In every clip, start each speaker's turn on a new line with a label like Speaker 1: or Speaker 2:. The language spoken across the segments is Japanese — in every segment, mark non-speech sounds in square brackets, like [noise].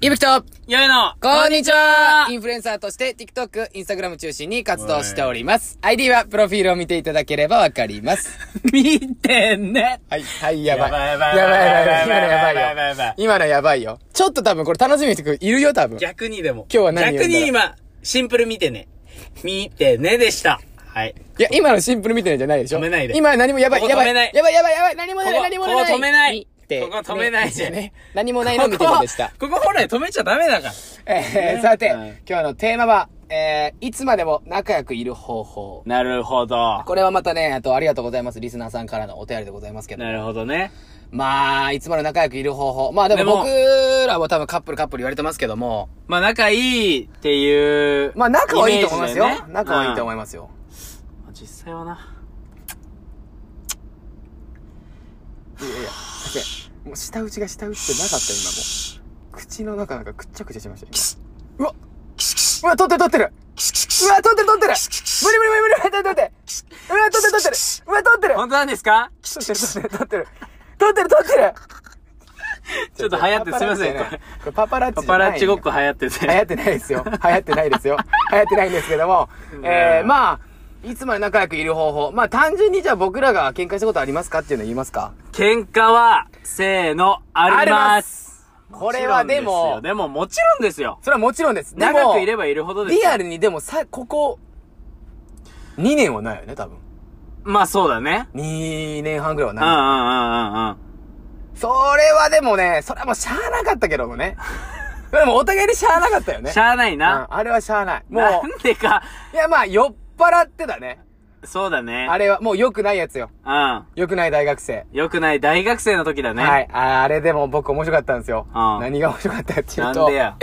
Speaker 1: いぶきと、
Speaker 2: よいの
Speaker 1: こんにちはイ
Speaker 2: こんに
Speaker 1: ンフルエンサーとして TikTok、Instagram 中心に活動しております。ID は、プロフィールを見ていただければわかります。
Speaker 2: [laughs] 見てね
Speaker 1: はい、はい、やばい。
Speaker 2: やば
Speaker 1: やばい
Speaker 2: いやばい
Speaker 1: やばい、今のやば
Speaker 2: やばいやばいやばい
Speaker 1: い
Speaker 2: やば
Speaker 1: よ
Speaker 2: い。
Speaker 1: 今のやばいよ。ちょっと多分これ楽しみにしてくる、いるよ、多分。
Speaker 2: 逆にでも。
Speaker 1: 今日は何
Speaker 2: 逆
Speaker 1: 読
Speaker 2: に
Speaker 1: んだ
Speaker 2: 今、シンプル見てね。見てねでした。はい。
Speaker 1: いや、今のシンプル見てるんじゃないでしょ
Speaker 2: 止めないで
Speaker 1: 今何もやばい、
Speaker 2: ここ
Speaker 1: やばい。
Speaker 2: 止めない
Speaker 1: やばい、やばい、やばい、何もない、
Speaker 2: ここ
Speaker 1: 何もない。
Speaker 2: ここ止めない
Speaker 1: て
Speaker 2: ここ止めないで
Speaker 1: ね何もないのみてことでした。
Speaker 2: ここここ本来止めちゃダメだから。
Speaker 1: えー、さて、
Speaker 2: はい
Speaker 1: 今日のテーマは、えー、いつまでも仲良くいる方法。
Speaker 2: なるほど。
Speaker 1: これはまたね、あとありがとうございます。リスナーさんからのお便りでございますけど。
Speaker 2: なるほどね。
Speaker 1: まあ、いつまでも仲良くいる方法。まあで
Speaker 2: で
Speaker 1: も
Speaker 2: も
Speaker 1: 僕らは多分カップルカップル言われてますけども。
Speaker 2: まあ仲いいっていう。
Speaker 1: まあ仲はいいと思いますよ。
Speaker 2: イメージだね
Speaker 1: 仲はいいと思
Speaker 2: う
Speaker 1: いますよ。
Speaker 2: ん実際はな。
Speaker 1: いやいや、だってもう舌打ちが舌打ちってなかったよ今もう。口の中なんかくっちゃくちゃしました今。うわうわ、取ってる取ってるうわ、取ってる取ってる無理無理無理無理取ってる取ってるうわ、取ってる取ってるうわ、取ってる
Speaker 2: 本当なんですか
Speaker 1: 撮ってる撮ってる撮ってる撮ってる撮ってる
Speaker 2: ちょっと流行ってすいません。
Speaker 1: こ
Speaker 2: これ
Speaker 1: れパパラッチ
Speaker 2: パ
Speaker 1: じゃ
Speaker 2: パ
Speaker 1: ない
Speaker 2: ラッチごっこ流行って
Speaker 1: 流行
Speaker 2: て。
Speaker 1: ってないですよ。流行ってないですよ。流行ってないんですけども。えー、まあ、いつまで仲良くいる方法。まあ単純にじゃあ僕らが喧嘩したことありますかっていうの言いますか
Speaker 2: 喧嘩は、せーの、あります。
Speaker 1: これはで
Speaker 2: ちろ
Speaker 1: も
Speaker 2: んすよ、でももちろんですよ。
Speaker 1: それはもちろんです。でも
Speaker 2: 長くいればいるほどですよ
Speaker 1: リアルにでもさ、ここ、2年はないよね、多分。
Speaker 2: まあそうだね。
Speaker 1: 2年半ぐらいは
Speaker 2: うんうん
Speaker 1: ない。
Speaker 2: うんうんうん。
Speaker 1: それはでもね、それはもうしゃあなかったけども
Speaker 2: [laughs]
Speaker 1: ね。それはもうお互いにしゃあなかったよね。
Speaker 2: しゃあない
Speaker 1: うん
Speaker 2: な。
Speaker 1: あれはしゃあない。も
Speaker 2: な
Speaker 1: う、
Speaker 2: んでか。
Speaker 1: いやまあ、酔っ払ってだね。
Speaker 2: そうだね。
Speaker 1: あれは、もう良くないやつよ。
Speaker 2: う
Speaker 1: 良くない大学生。
Speaker 2: ん。よくない大学生の時だね。
Speaker 1: はい。ああれでも僕面白かったんですよ。
Speaker 2: うん
Speaker 1: 何が面白かったってい
Speaker 2: な
Speaker 1: うんと。
Speaker 2: でや。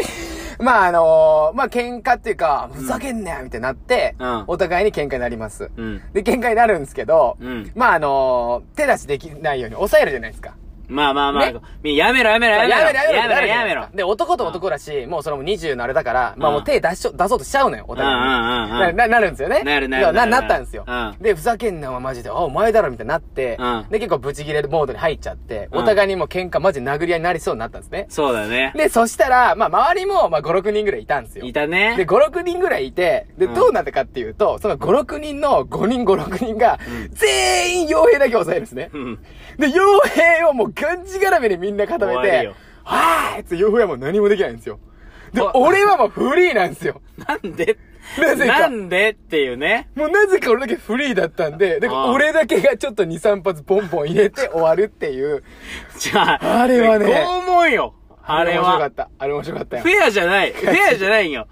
Speaker 1: まああのーまあ喧嘩っていうか、ふざけんなよみたいになって、
Speaker 2: うん
Speaker 1: お互いに喧嘩になります。
Speaker 2: うん。
Speaker 1: で、喧嘩になるんですけど、
Speaker 2: うん
Speaker 1: まああのー手出しできないように抑えるじゃないですか。
Speaker 2: まあまあまあ。
Speaker 1: ね
Speaker 2: みやめろやめろやめろ。やめろや
Speaker 1: や
Speaker 2: め
Speaker 1: め
Speaker 2: ろ
Speaker 1: ろ。。で、男と男だし、もうそれも20のあれだから、まあもう
Speaker 2: うん
Speaker 1: 手出しちょ、出そうとしちゃうのよ、お互いに。
Speaker 2: うんうんうん
Speaker 1: な、な、なるんですよね。
Speaker 2: なるなる
Speaker 1: な、
Speaker 2: なるな
Speaker 1: な
Speaker 2: る
Speaker 1: ったんですよ
Speaker 2: うん。
Speaker 1: で、ふざけんなお前マジで、あ、お前だろみたいになって
Speaker 2: うん、
Speaker 1: で、結構ブチギレモードに入っちゃって、
Speaker 2: うん
Speaker 1: お互いにもう喧嘩マジで殴り合いになりそうになったんですね。
Speaker 2: そうだね。
Speaker 1: で、そしたら、まあ周りも、まあ5、6人ぐらいいたんですよ
Speaker 2: い。たね。
Speaker 1: で、5、6人ぐらいいて、で、
Speaker 2: うん
Speaker 1: どうなったかっていうと、その5、6人の5人、5、6人が、全員傭兵だけ抑えるんですね。
Speaker 2: うん。
Speaker 1: で、傭兵をもうがんじがらめにみんな固め
Speaker 2: 終わり
Speaker 1: て
Speaker 2: よ、
Speaker 1: はーいっつって傭兵はもう何もできないんですよ。で
Speaker 2: あ、
Speaker 1: 俺はもうフリーなんですよ。
Speaker 2: なんで
Speaker 1: なぜか
Speaker 2: なんでっていうね。
Speaker 1: もうなぜか俺だけフリーだったんで、で、
Speaker 2: あー
Speaker 1: 俺だけがちょっと2、3発ボンボン入れて終わるっていう。
Speaker 2: じゃあ。
Speaker 1: あれはね
Speaker 2: 拷問よ。あれ
Speaker 1: 面白か
Speaker 2: は
Speaker 1: っ。た。あれ面白かったよ
Speaker 2: フ。ェアじゃない。フェアじゃないよ。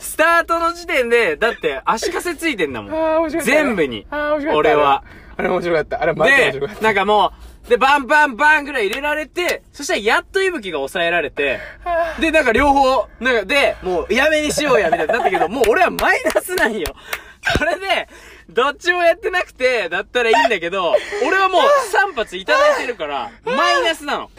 Speaker 2: スタートの時点で、だって足かせついてんだもん。
Speaker 1: ああ、面白かった。
Speaker 2: 全部に
Speaker 1: ああ、面白かった。
Speaker 2: 俺は。
Speaker 1: あれ面白かった。あれマジで面
Speaker 2: で
Speaker 1: 白かっ、
Speaker 2: なんかもう、で、バンバンバンぐらい入れられて、そしたらやっと息吹が抑えられて、で、なんか両方、なんかで、もうやめにしようや、みたいになったけど、もう俺はマイナスなんよ。それで、どっちもやってなくて、だったらいいんだけど、俺はもう3発いただいてるから、マイナスなの。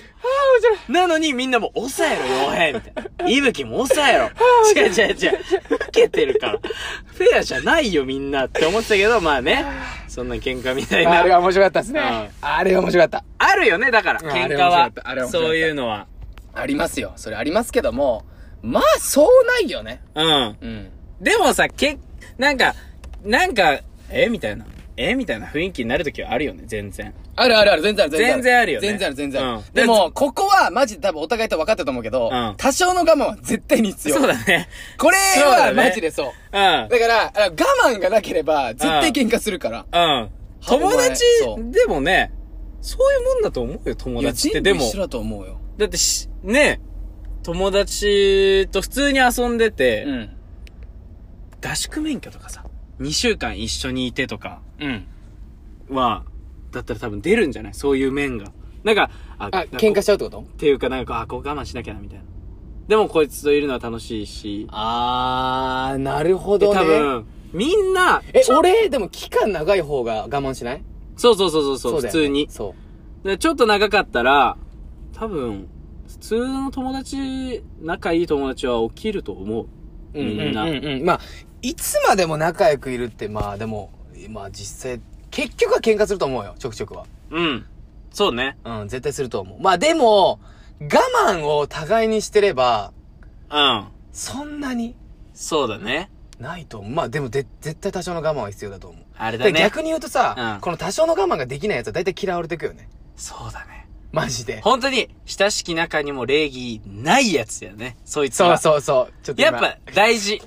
Speaker 2: なのにみんなも抑えろ、傭兵みたいな。いぶきも抑えろ。違う違う違う。受けてるから。フェアじゃないよ、みんなって思ってたけど、まあね。そんな喧嘩みたい
Speaker 1: た。あ
Speaker 2: な
Speaker 1: れ。が面白かったですね。あれが面白かった。
Speaker 2: あるよね、だから、
Speaker 1: うん
Speaker 2: 喧嘩
Speaker 1: あれ面白かったあれ
Speaker 2: は。
Speaker 1: 面白かった
Speaker 2: そういうのは。
Speaker 1: ありますよ。それありますけども、まあ、そうないよね。
Speaker 2: うん。
Speaker 1: うん。
Speaker 2: でもさ、け、なんか、なんか、えみたいな。えみたいな雰囲気になるときはあるよね、全然。
Speaker 1: あるあるある、全然ある、
Speaker 2: 全然あるよね
Speaker 1: 全然ある、全然ある
Speaker 2: うん。
Speaker 1: でも、ここは、マジで多分お互いと分かったと思うけど
Speaker 2: うん、
Speaker 1: 多少の我慢は絶対に必要。
Speaker 2: そうだね。
Speaker 1: これ
Speaker 2: そうだ
Speaker 1: は、
Speaker 2: ね
Speaker 1: マジでそう。
Speaker 2: う
Speaker 1: だから、あの我慢がなければ、絶対喧嘩するから。
Speaker 2: ん。うん。友達
Speaker 1: お前そ
Speaker 2: でもね、そういうもんだと思うよ、友
Speaker 1: いや、
Speaker 2: 達っ
Speaker 1: 人
Speaker 2: て。で
Speaker 1: 類
Speaker 2: も
Speaker 1: 一、緒だと思うよ。
Speaker 2: だってし、ね、友達と普通に遊んでて、
Speaker 1: うん。
Speaker 2: 合宿免許とかさ、2週間一緒にいてとか
Speaker 1: うん。
Speaker 2: は、だったら多分出るんじゃないそういう面が。なんか、あ
Speaker 1: あ
Speaker 2: なん、か
Speaker 1: 喧嘩しちゃうってこと
Speaker 2: っていうかなんか、あ、こう我慢しなきゃな、みたいな。でもこいつといるのは楽しいし。
Speaker 1: あー、なるほ
Speaker 2: で、
Speaker 1: どね。
Speaker 2: 多分、みんな、
Speaker 1: え、俺、でも期間長い方が我慢しない
Speaker 2: そうそうそうそう、そう
Speaker 1: だ
Speaker 2: 普
Speaker 1: よね
Speaker 2: 通に。
Speaker 1: そ
Speaker 2: でちょっと長かったら、多分、普通の友達、仲いい友達は起きると思う。
Speaker 1: う。うん
Speaker 2: みんな
Speaker 1: うんうんうん。まあ、いつまでも仲良くいるって、まあでも、まあ実際、結局は喧嘩すると思うよ、ちょくちょくは。
Speaker 2: うん。そうね。
Speaker 1: うん、絶対すると思う。まあでも、我慢を互いにしてれば、
Speaker 2: うん。
Speaker 1: そんなに
Speaker 2: そうだね。
Speaker 1: ないと思う。まあでもで、絶対多少の我慢は必要だと思う。
Speaker 2: あれだ
Speaker 1: で
Speaker 2: ね。
Speaker 1: 逆に言うとさ、
Speaker 2: うん
Speaker 1: この多少の我慢ができないやつは大体嫌われてくよね。
Speaker 2: そうだね。
Speaker 1: マジで。
Speaker 2: 本当に、親しき中にも礼儀ないやつやね。そいつ
Speaker 1: そう
Speaker 2: は。う
Speaker 1: そうそう。ちょっと
Speaker 2: や
Speaker 1: 今
Speaker 2: っぱ、大事。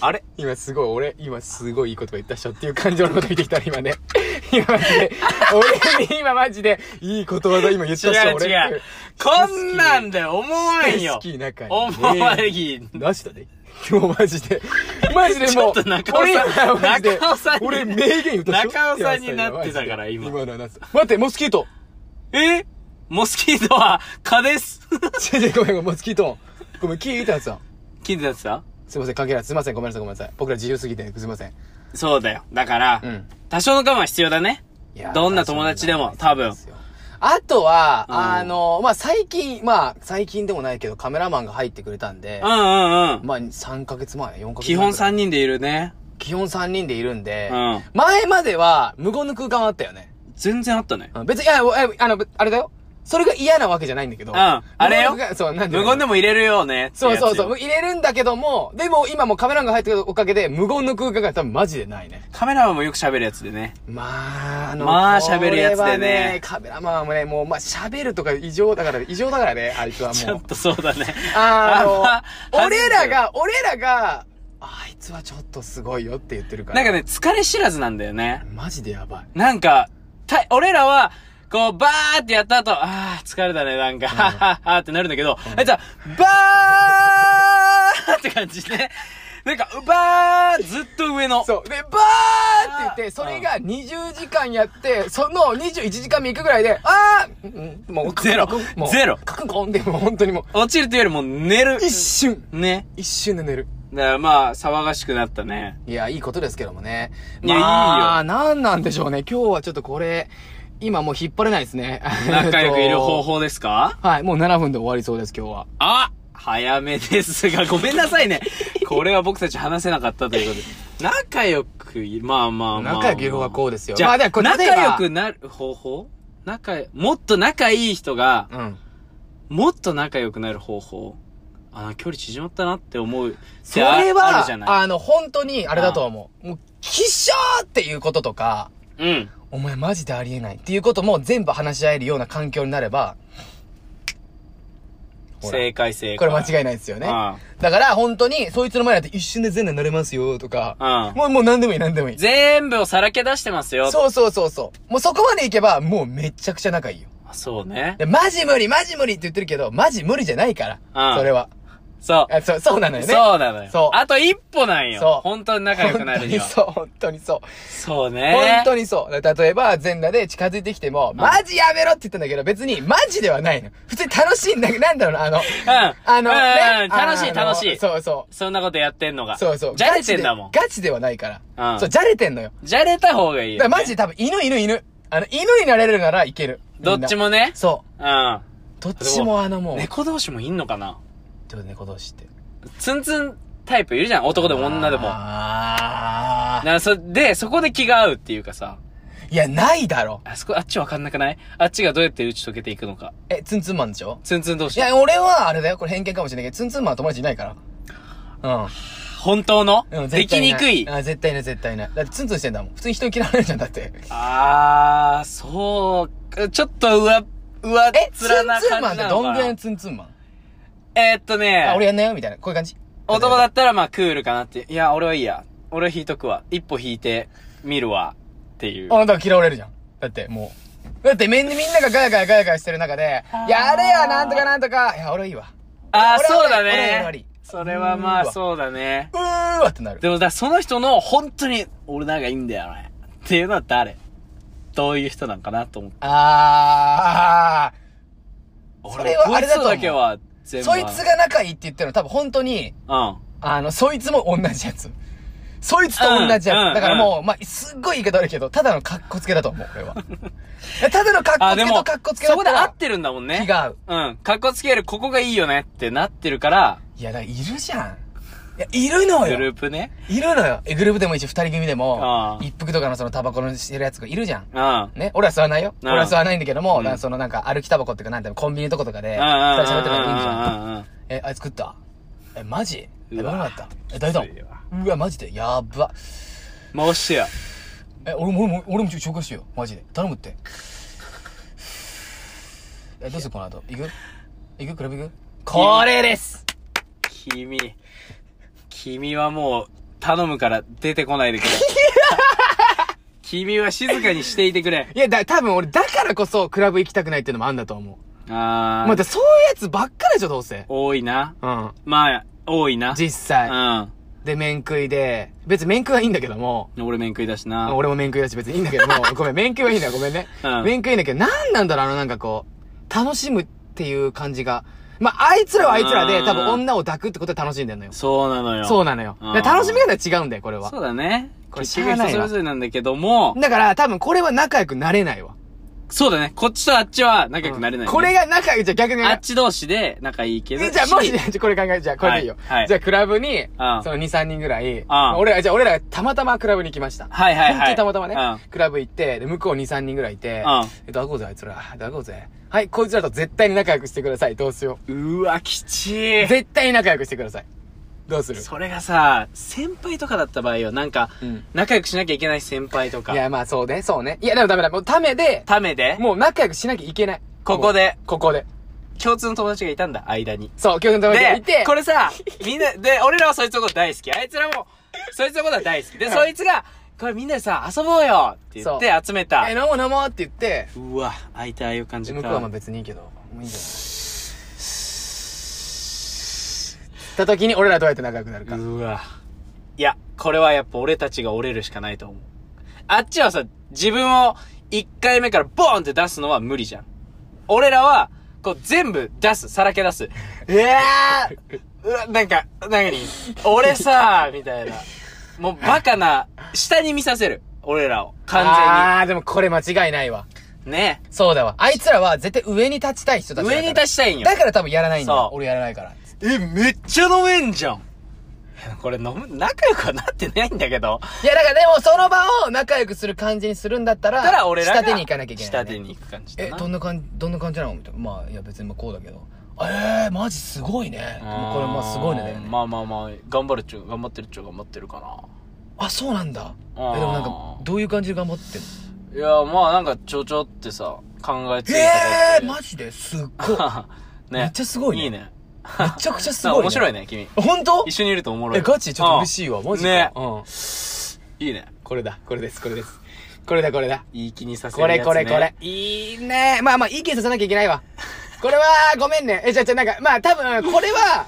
Speaker 2: あれ
Speaker 1: 今すごい、俺、今すごいいいこと言ったっしょっていう感情のこと見てきたら今ね。 [laughs] 今マジで、俺に今マジで、いいことわざ今言っ
Speaker 2: 違
Speaker 1: た
Speaker 2: う
Speaker 1: っしょ、俺。
Speaker 2: 違う。こんなんで思わんよ
Speaker 1: 好。き中に。
Speaker 2: 思わんよ。
Speaker 1: なしだね。もうマジ
Speaker 2: [laughs]
Speaker 1: で。マジでもう。
Speaker 2: ちょっと中尾さん
Speaker 1: 俺今マジで
Speaker 2: 中尾さんに
Speaker 1: 俺名言言ったっしょ
Speaker 2: 中尾さんになってたから今
Speaker 1: 今の話。待って、モスキート。
Speaker 2: えモスキートは蚊です。 [laughs]
Speaker 1: 違う違うごめんごめん、モスキート。ごめん、聞いたんですよ。
Speaker 2: 金田さん
Speaker 1: すいません、関係ない。すいません、ごめんなさい、ごめんなさい。僕ら自由すぎて、すいません。
Speaker 2: そうだよ。だから、
Speaker 1: うん。
Speaker 2: 多少の我慢必要だね。
Speaker 1: いやー
Speaker 2: どんな友達でも多分。
Speaker 1: あとは、
Speaker 2: うん
Speaker 1: あの、まあ、最近、まあ、最近でもないけど、カメラマンが入ってくれたんで
Speaker 2: うん、うんうん。
Speaker 1: まあ、3ヶ月前、4ヶ月前。
Speaker 2: 基本3。人でいるね。
Speaker 1: 基本3人でいるんで、
Speaker 2: うん
Speaker 1: 前までは、無言の空間はあったよね。
Speaker 2: 全然あったね。
Speaker 1: うん別に、いや、おえあの、あれだよ。それが嫌なわけじゃないんだけど。
Speaker 2: うんあれよ
Speaker 1: 無言の空間そう、なんていうの
Speaker 2: 無言でも入れるよね。
Speaker 1: そうそう
Speaker 2: って
Speaker 1: そ
Speaker 2: や
Speaker 1: う。入れるんだけども、でも今もうカメラマンが入ってくるおかげで、無言の空間が多分マジでないね。
Speaker 2: つよ。カメラマンもよく喋るやつでね。
Speaker 1: まあ、あの、
Speaker 2: まあ喋るやつでね
Speaker 1: これはカメラマンもね、もう、まあ喋るとか異常だから、異常だからね、あいつは
Speaker 2: ちょ
Speaker 1: もう
Speaker 2: っ。とそうだね。
Speaker 1: あの、
Speaker 2: あんま
Speaker 1: 俺らが、俺らが、あいつはちょっとすごいよって言ってるから。
Speaker 2: なんかね、疲れ知らずなんだよね。
Speaker 1: マジでやばい。
Speaker 2: なんか、た、俺らは、こう、バーってやった後、あー、疲れたね、なんか、はっはっはってなるんだけど、あいつは、バーって感じで、 [laughs] なんか、バーずっと上の。
Speaker 1: そう。で、バーって言って、それが20時間やって、その21時間目行くぐらいで、あーうんうんもう、
Speaker 2: ゼロ
Speaker 1: もう
Speaker 2: ゼロ
Speaker 1: カクンコンって、もう本当にも
Speaker 2: 落ちるというよりも寝
Speaker 1: う、。
Speaker 2: る
Speaker 1: 一瞬、
Speaker 2: ね。
Speaker 1: 一瞬で寝る。
Speaker 2: だからまあ、騒がしくなったね。
Speaker 1: いや、いいことですけどもね。
Speaker 2: いや
Speaker 1: ま
Speaker 2: い
Speaker 1: あ、なんなんでしょうね。今日はちょっとこれ、今もう引っ張れないですね。
Speaker 2: 仲良くいる方
Speaker 1: 法。
Speaker 2: 法ですか
Speaker 1: [laughs] はい、もう7分で終わりそうです、今日は。
Speaker 2: あ早めですが、 [laughs] ごめんなさいね。これは僕たち話せなかったということで。仲良くい、まあまあまあ。
Speaker 1: 仲良くいる方がこうですよ
Speaker 2: じゃ
Speaker 1: ま
Speaker 2: あ、
Speaker 1: あでもこれ
Speaker 2: 仲
Speaker 1: 例えば
Speaker 2: 良くなる方法仲、もっと仲いい人が、
Speaker 1: うん。
Speaker 2: もっと仲良くなる方法。あ、距離縮まったなって思うってあ。
Speaker 1: それ
Speaker 2: あ
Speaker 1: は、
Speaker 2: るじゃない。
Speaker 1: あの、本当に、あれだと思う。もう、きしょーっていうこととか、
Speaker 2: うん。
Speaker 1: お前マジでありえないっていうことも全部話し合えるような環境になれば、ほら
Speaker 2: 正解正解。
Speaker 1: これ間違いないですよね。だから、本当に、そいつの前だって一瞬で全裸になれますよ、とか、
Speaker 2: うん。うん。
Speaker 1: もう、もう何でもいい、何でもいい。
Speaker 2: 全部をさらけ出してますよ。
Speaker 1: そうそうそうそう。もうそこまでいけば、もうめちゃくちゃ仲いいよ。
Speaker 2: あそうね。
Speaker 1: でマジ無理、マジ無理って言ってるけど、マジ無理じゃないから。
Speaker 2: うん
Speaker 1: それは。
Speaker 2: そう。
Speaker 1: あそう、そうなのよね。
Speaker 2: そうなのよ。
Speaker 1: そう
Speaker 2: あと一歩なんよ。
Speaker 1: そう
Speaker 2: 本当に仲良くなるに
Speaker 1: 本
Speaker 2: は。
Speaker 1: 当にそう、本当にそう。
Speaker 2: そうね
Speaker 1: 本。当にそう。だから例えば、全裸で近づいてきても、マジやめろって言ったんだけど、別に、マジではないの。普通に楽しいんだけど、なんだろうな、あの、あの、
Speaker 2: うんうん
Speaker 1: ね、
Speaker 2: 楽しい
Speaker 1: あの
Speaker 2: 楽しい
Speaker 1: そうそ
Speaker 2: そんなことやってんのが。
Speaker 1: う。そうそう。
Speaker 2: じゃれてんだもん。
Speaker 1: ガチでガチではないから。
Speaker 2: うん
Speaker 1: そう、じゃれてんのよ。
Speaker 2: じゃれた方がいい
Speaker 1: だか
Speaker 2: よ、
Speaker 1: ら
Speaker 2: ね。
Speaker 1: マジで多分、犬犬犬。あの、犬になれるならいける。みん
Speaker 2: ど
Speaker 1: な
Speaker 2: っち。もね。
Speaker 1: そ
Speaker 2: うん。
Speaker 1: う。どっちもあのもう、
Speaker 2: 猫同士もいんのかな
Speaker 1: ちょっと猫同士って。
Speaker 2: ツンツンタイプいるじゃん。男でも女でも。
Speaker 1: あー
Speaker 2: なそで、そこで気が合うっていうかさ。
Speaker 1: いや、ないだろ。
Speaker 2: あそこ、あっちわかんなくないあっちがどうやって打ち解けていくのか。
Speaker 1: え、ツンツンマンでしょ
Speaker 2: ツンツン同士
Speaker 1: い。や、俺はあれだよ。これ偏見かもしれないけど、ツンツンマンは友達いないから。うん。
Speaker 2: 本当の、
Speaker 1: うん、
Speaker 2: で
Speaker 1: 絶
Speaker 2: き
Speaker 1: 対
Speaker 2: に
Speaker 1: な
Speaker 2: くい。
Speaker 1: あ、絶対ない、絶対ない。だってツンツンしてんだもん。普通に人嫌われるじゃん、だって。
Speaker 2: あー、そうか、ちょっと上、上っ
Speaker 1: え、ツンツ
Speaker 2: 面な感じ
Speaker 1: ンマ
Speaker 2: なの
Speaker 1: ン
Speaker 2: か
Speaker 1: って
Speaker 2: な
Speaker 1: どんぐらいのツンツンマン
Speaker 2: えーっとね
Speaker 1: あ、、俺やんないよみたいな。こういう感じ
Speaker 2: 男だったらまあクールかなって。いや、俺はいいや。俺引いとくわ。一歩引いて、見るわ。っていう。
Speaker 1: あ、だから嫌われるじゃん。だって、もう。だってみん、みんながガヤガヤガヤガヤしてる中で、やれや、なんとかなんとか。いや、俺はいいわ。
Speaker 2: あー、
Speaker 1: 俺は
Speaker 2: そうだ
Speaker 1: 俺は俺は俺は
Speaker 2: ね。それはまあ
Speaker 1: うーわ
Speaker 2: そうだね。
Speaker 1: うーわってなる。
Speaker 2: でもだ、その人の本当に、俺なんかいいんだよね。っていうのは誰どういう人なんかなと思って。
Speaker 1: あそれはあれだと思う
Speaker 2: 俺こいつだけは全
Speaker 1: ー。
Speaker 2: 部。
Speaker 1: そいつが仲いいって言ってるの多分本当に、
Speaker 2: うん。
Speaker 1: あの、そいつも同じやつ。そいつと同じやつ。
Speaker 2: うんうん
Speaker 1: だからもう、まあ、すっごい言い方悪いけど、ただの格好つけだと思う、
Speaker 2: [laughs]
Speaker 1: 俺は。ただの格
Speaker 2: あ、
Speaker 1: 好
Speaker 2: で
Speaker 1: つけ
Speaker 2: も
Speaker 1: と格好、つけだ
Speaker 2: そ
Speaker 1: っ
Speaker 2: こ
Speaker 1: た
Speaker 2: で合
Speaker 1: ら
Speaker 2: っ、てるんだもんね。
Speaker 1: 気が合う。
Speaker 2: うん。かっこつける、ここがいいよねってなってるから、
Speaker 1: いや、だからいるじゃん。いや、いるの
Speaker 2: グル
Speaker 1: よ。
Speaker 2: ープね。
Speaker 1: いるのよ。えグループでもいいし、二人組で
Speaker 2: あ
Speaker 1: も
Speaker 2: あ、
Speaker 1: 一服とかのそのタバコのしてるやつがいるじゃん。
Speaker 2: うん。うん
Speaker 1: ね、俺は吸わないよ。
Speaker 2: ああ
Speaker 1: 俺は吸わないんだけども、
Speaker 2: ん
Speaker 1: だからそのなんか歩きタバコっていうかなんていうのコンビニとかとかで、
Speaker 2: う
Speaker 1: 二
Speaker 2: んうん
Speaker 1: 人喋ってるのがいいじゃん。
Speaker 2: うんうんうん。
Speaker 3: え、あれ作ったえ、マジえ、
Speaker 2: う
Speaker 3: バ
Speaker 2: わ
Speaker 3: レなかったえ、大丈
Speaker 2: きついわ
Speaker 3: 夫うわ、マジでやーば。
Speaker 2: 回してや。
Speaker 3: え、俺も、俺も、俺もちょ紹介してよ。マジで。頼むって。え、どうするこの後。行く行くクラブ行くこれです
Speaker 2: 君、君はもう、頼むから出てこな
Speaker 1: [laughs]
Speaker 2: いでくれ。君は静かにしていてくれ。
Speaker 1: いや、だ、多分俺、だからこそ、クラブ行きたくないっていうのもあんだと思
Speaker 2: あ
Speaker 1: う。
Speaker 2: ー、
Speaker 1: また、そういうやつばっかでしょ、どうせ。
Speaker 2: 多いな。
Speaker 1: うん。
Speaker 2: まあ、多いな。
Speaker 1: 実際。
Speaker 2: う
Speaker 1: で、面食いで、別に面食いはいいんだけども、
Speaker 2: ん。俺面食いだしな。
Speaker 1: 俺も面食いだし別にいいんだ
Speaker 2: [laughs]
Speaker 1: けども、ごめん、面食いはいいんだよ、ごめんね。
Speaker 2: うん
Speaker 1: 面食いいんだけど、なんなんだろう、あのなんかこう、楽しむっていう感じが。まあ、あいつらはあいつらで、
Speaker 2: うん
Speaker 1: 多分女を抱くってことで楽しんでんのよ。
Speaker 2: そうなのよ。
Speaker 1: そうなのよ。
Speaker 2: うん
Speaker 1: だから楽しみ方は違うんだよ、これは。
Speaker 2: そうだね。
Speaker 1: これ
Speaker 2: 結
Speaker 1: しゃ
Speaker 2: 局
Speaker 1: あないわ
Speaker 2: 人それぞれなんだけども、
Speaker 1: だから、多分これは仲良くなれないわ。
Speaker 2: そうだね。こっちとあっちは仲良くなれない、ね
Speaker 1: これが仲良く、じゃあ逆に。
Speaker 2: あっち同士で仲いいけど。
Speaker 1: えじゃあもし、
Speaker 2: し
Speaker 1: じゃあこれ考え、じゃあこれでいいよ。
Speaker 2: はいはい
Speaker 1: じゃあクラブに、
Speaker 2: あ
Speaker 1: その2、3人ぐらい、
Speaker 2: ああ
Speaker 1: 俺ら、じゃあ俺らがたまたまクラブに来ました。
Speaker 2: はいはいはい
Speaker 1: 本当にたまたまね、
Speaker 2: あ
Speaker 1: クラブ行って、で、向こう2、3人ぐらいいて、
Speaker 2: ああ
Speaker 1: え、抱こうぜ、あいつら。抱こうぜ。はい、こいつらと絶対に仲良くしてください。どうしよ
Speaker 2: うわ、きち
Speaker 1: う。
Speaker 2: い。
Speaker 1: 絶対に仲良くしてください。どうする
Speaker 2: それがさ、先輩とかだった場合よ、なんか
Speaker 1: うん、
Speaker 2: 仲良くしなきゃいけない先輩と
Speaker 1: い
Speaker 2: か、
Speaker 1: や、まあそうね、そうね。いや、でもダメだ。もうためで、
Speaker 2: ためで、
Speaker 1: もう仲良くしなきゃいけない。
Speaker 2: ここで
Speaker 1: もう。ここで。
Speaker 2: 共通の友達がいたんだ、間に。
Speaker 1: そう、教訓の友達がい
Speaker 2: で
Speaker 1: て、、
Speaker 2: これさ、みんな、で、俺らはそいつのこと大好き。あいつらも、そいつのことは大好き。で、そいつが、これみんなでさ、遊ぼうよって言って集めた
Speaker 1: え、。飲もう飲もうって言って、
Speaker 2: うわ、相手ああいう感じ
Speaker 1: 向
Speaker 2: か。
Speaker 1: こうはまあ別にいいけど、もういいんじゃないた時に俺らどうやって仲良くなるか。
Speaker 2: うわ。いや、これはやっぱ俺たちが折れるしかないと思う。あっちはさ、自分を1回目からボーンって出すのは無理じゃん。俺らは、こう全部出す、さらけ出す。うわーうわ、なんか、なに俺さーみたいな。もうバカな、下に見させる。俺らを。完
Speaker 1: あー、でもこれ間違いないわ。
Speaker 2: 全に。ね。
Speaker 1: そうだわ。あいつらは絶対上に立ちたい人たちだから。
Speaker 2: 上に立ちたいんよ
Speaker 1: だから多分やらないんだ
Speaker 2: そ
Speaker 1: よ。
Speaker 2: う
Speaker 1: 俺やらないから。
Speaker 2: え、めっちゃ飲めんじゃん。これ飲む、仲良くはなってないんだけど。
Speaker 1: いや、だからでもその場を仲良くする感じにするんだったら、
Speaker 2: ただ俺らが。
Speaker 1: 下手に行かなきゃいけない、ね。
Speaker 2: 下手に行く感じだ
Speaker 3: え
Speaker 2: な。
Speaker 3: どんな感じどんな感じなのみたいなまあいや別にまあこうだけどえー、マジすごいねもうこれまあすごいねだよね、
Speaker 2: まあまあまあ、頑張るっちゅう、頑張ってるっちゅう、頑張ってるか
Speaker 3: あそうなんだえ
Speaker 2: あー
Speaker 3: でもなんかどういう感じで頑張ってんの
Speaker 2: な。いや、まあなんか、ちょちょってさ、考えついた
Speaker 3: えー、
Speaker 2: だけで。
Speaker 3: マジですっご
Speaker 2: [laughs]
Speaker 3: い
Speaker 2: ね。
Speaker 3: めっちゃすごいね
Speaker 2: いいね。
Speaker 3: めちゃくちゃす
Speaker 2: さあ、
Speaker 3: ごい、ね、
Speaker 2: 面白いね、君。
Speaker 3: 本当
Speaker 2: 一緒にいるとおもろい。
Speaker 3: えガチちょっと嬉
Speaker 2: い。
Speaker 3: しいわマジか
Speaker 2: ね
Speaker 3: うん
Speaker 2: いいね。
Speaker 1: これだ、これです、これです。これだ、これだ。
Speaker 2: いい気にさせ
Speaker 1: こ
Speaker 2: るやつ、
Speaker 1: れ
Speaker 2: ね。
Speaker 1: これこれ。。いいね。まあまあ、いい気させなきゃいけ
Speaker 2: [laughs]
Speaker 1: ないわ。これは、ごめんね。え、じゃあじゃあなんか、まあ多分、これは、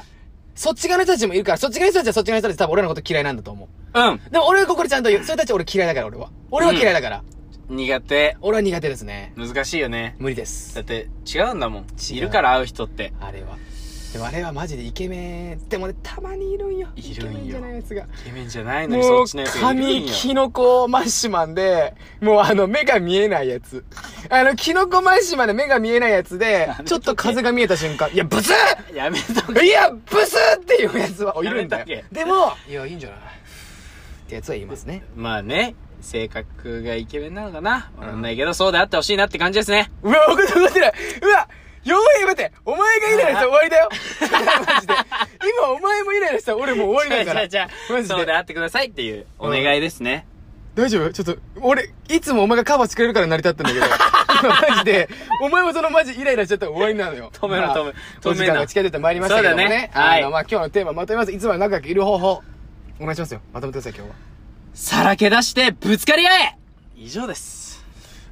Speaker 1: そっち側の人たちもいるから、そっち側の人たちはそっち側の人たちで多分俺らのこと嫌いなんだと思
Speaker 2: うん。
Speaker 1: う。でも俺はここでちゃんと言う。それたち俺嫌いだから、俺は。俺は嫌いだから。
Speaker 2: 苦手。
Speaker 1: 俺は苦手ですね。
Speaker 2: 難しいよね。
Speaker 1: 無理です
Speaker 2: だっ。て、違うんだもん。
Speaker 1: う
Speaker 2: いるから会う人って。
Speaker 1: あれは。でもあれはマジでイケメン。でもね、たまにいるんよ。
Speaker 2: いるんよ
Speaker 1: イケメンじゃないやつが。
Speaker 2: イケメンじゃないのに、そ
Speaker 1: も
Speaker 2: っ
Speaker 1: う
Speaker 2: ちのやつ、がいるん
Speaker 1: 髪、
Speaker 2: よ。
Speaker 1: キノコマッシュマンで、もうあの、目が見えないやつ。あの、キノコマッシュマンで目が見えないやつで、ちょっと風が見えた瞬間、いや、ブス
Speaker 2: やめとけ。
Speaker 1: ーいや、ブスーっていうやつは、おいるんだ
Speaker 2: やめ
Speaker 1: よ
Speaker 2: と。
Speaker 1: でも、いや、いいんじゃないってやつは言いますね。
Speaker 2: まあね、性格がイケメンなのかなわかんないけど、そうであってほしいなって感じですね。
Speaker 1: うわ、怒ってる怒ってるうわやばい待ってお前がイライラしたら終わりだ [laughs] よマジで。今お前もイライラしたら俺もう終わりだから。
Speaker 2: じゃあじゃあ
Speaker 1: マジ
Speaker 2: そうで
Speaker 1: で。
Speaker 2: あってくださいっていうお願いですね。
Speaker 1: 大丈夫ちょっと、俺、いつもお前がカバーしてくれるから成り立ったんだ
Speaker 2: [laughs]
Speaker 1: けど。今マジで、お前もそのマジイライラしちゃったら終わりなのよ。
Speaker 2: 止めろ
Speaker 1: まあ
Speaker 2: 止め
Speaker 1: お
Speaker 2: 止め
Speaker 1: 時
Speaker 2: な
Speaker 1: 間が近づいてまいりましたけどもね。
Speaker 2: そうだね
Speaker 1: あ
Speaker 2: はい
Speaker 1: の、まあ今日のテーマまとめます。いつもは仲良くいる方法。お願いしますよ。まとめてください、今日は。
Speaker 2: さらけ出してぶつかり合え以上です。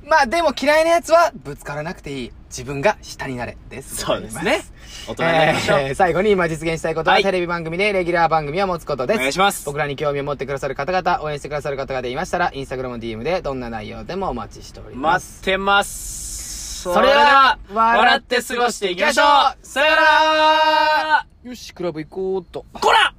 Speaker 1: まあでも嫌いな奴はぶつからなくていい。自分が下になれ。です。
Speaker 2: そうですね。大人になり
Speaker 1: え
Speaker 2: ましょう。
Speaker 1: ー最後に今実現したいこと
Speaker 2: は
Speaker 1: は、
Speaker 2: い
Speaker 1: テレビ番組でレギュラー番組を持つことです。
Speaker 2: お願いします
Speaker 1: 僕らに興味を持ってくださる方々、応援してくださる方がいましたら、インスタグラム DM でどんな内容でもお待ちしておりま
Speaker 2: 待
Speaker 1: す。
Speaker 2: ってます。
Speaker 1: それでは
Speaker 2: 笑って過ごしていきましょうさよなら
Speaker 1: よし、クラブ行こうっと。
Speaker 2: こら